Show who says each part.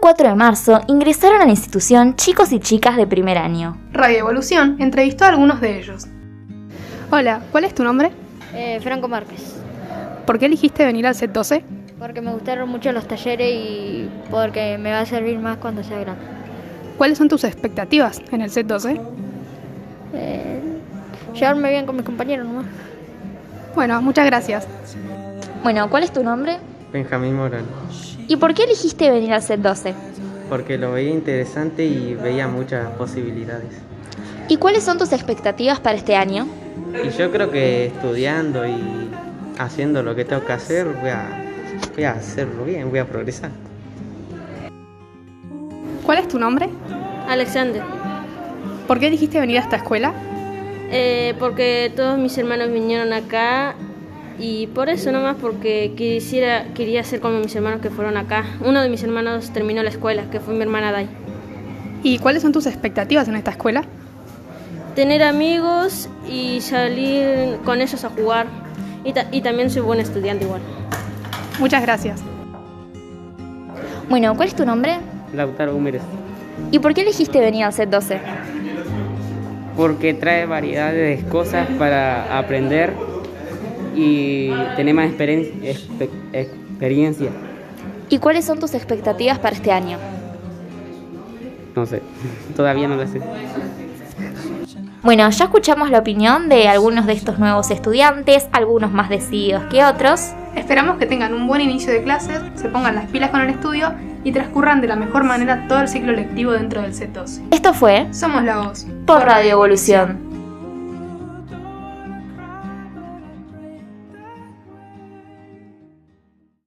Speaker 1: 4 de marzo ingresaron a la institución chicos y chicas de primer año.
Speaker 2: Radio Evolución entrevistó a algunos de ellos. Hola, ¿cuál es tu nombre?
Speaker 3: Eh, Franco Márquez,
Speaker 2: ¿Por qué elegiste venir al set 12?
Speaker 3: porque me gustaron mucho los talleres y porque me va a servir más cuando sea grande.
Speaker 2: ¿Cuáles son tus expectativas en el set 12?
Speaker 3: Eh, llevarme bien con mis compañeros nomás.
Speaker 2: Bueno, muchas gracias.
Speaker 1: Bueno, ¿cuál es tu nombre?
Speaker 4: Benjamín Morón,
Speaker 1: ¿Y por qué elegiste venir al set 12?
Speaker 4: porque lo veía interesante y veía muchas posibilidades.
Speaker 1: ¿Y cuáles son tus expectativas para este año?
Speaker 4: Y yo creo que estudiando y haciendo lo que tengo que hacer, voy a, voy a hacerlo bien, voy a progresar.
Speaker 2: ¿Cuál es tu nombre?
Speaker 5: Alexander,
Speaker 2: ¿Por qué elegiste venir a esta escuela?
Speaker 5: eh, porque todos mis hermanos vinieron acá y por eso nomás, porque quisiera, quería ser como mis hermanos que fueron acá. Uno de mis hermanos terminó la escuela, que fue mi hermana Dai.
Speaker 2: ¿Y cuáles son tus expectativas en esta escuela?
Speaker 5: Tener amigos y salir con ellos a jugar. Y, ta- y también soy buen estudiante igual.
Speaker 2: Muchas gracias.
Speaker 1: Bueno, ¿cuál es tu nombre?
Speaker 6: Lautaro Humírez,
Speaker 1: ¿Y por qué elegiste venir al set 12?
Speaker 6: porque trae variedades de cosas para aprender y tener más experen- espe- experiencia.
Speaker 1: ¿Y cuáles son tus expectativas para este año?
Speaker 6: No sé, todavía no lo sé.
Speaker 1: Bueno, ya escuchamos la opinión de algunos de estos nuevos estudiantes, algunos más decididos que otros.
Speaker 2: Esperamos que tengan un buen inicio de clases, se pongan las pilas con el estudio y transcurran de la mejor manera todo el ciclo lectivo dentro del set 12.
Speaker 1: Esto fue
Speaker 2: Somos la voz.
Speaker 1: por Radio Evolución.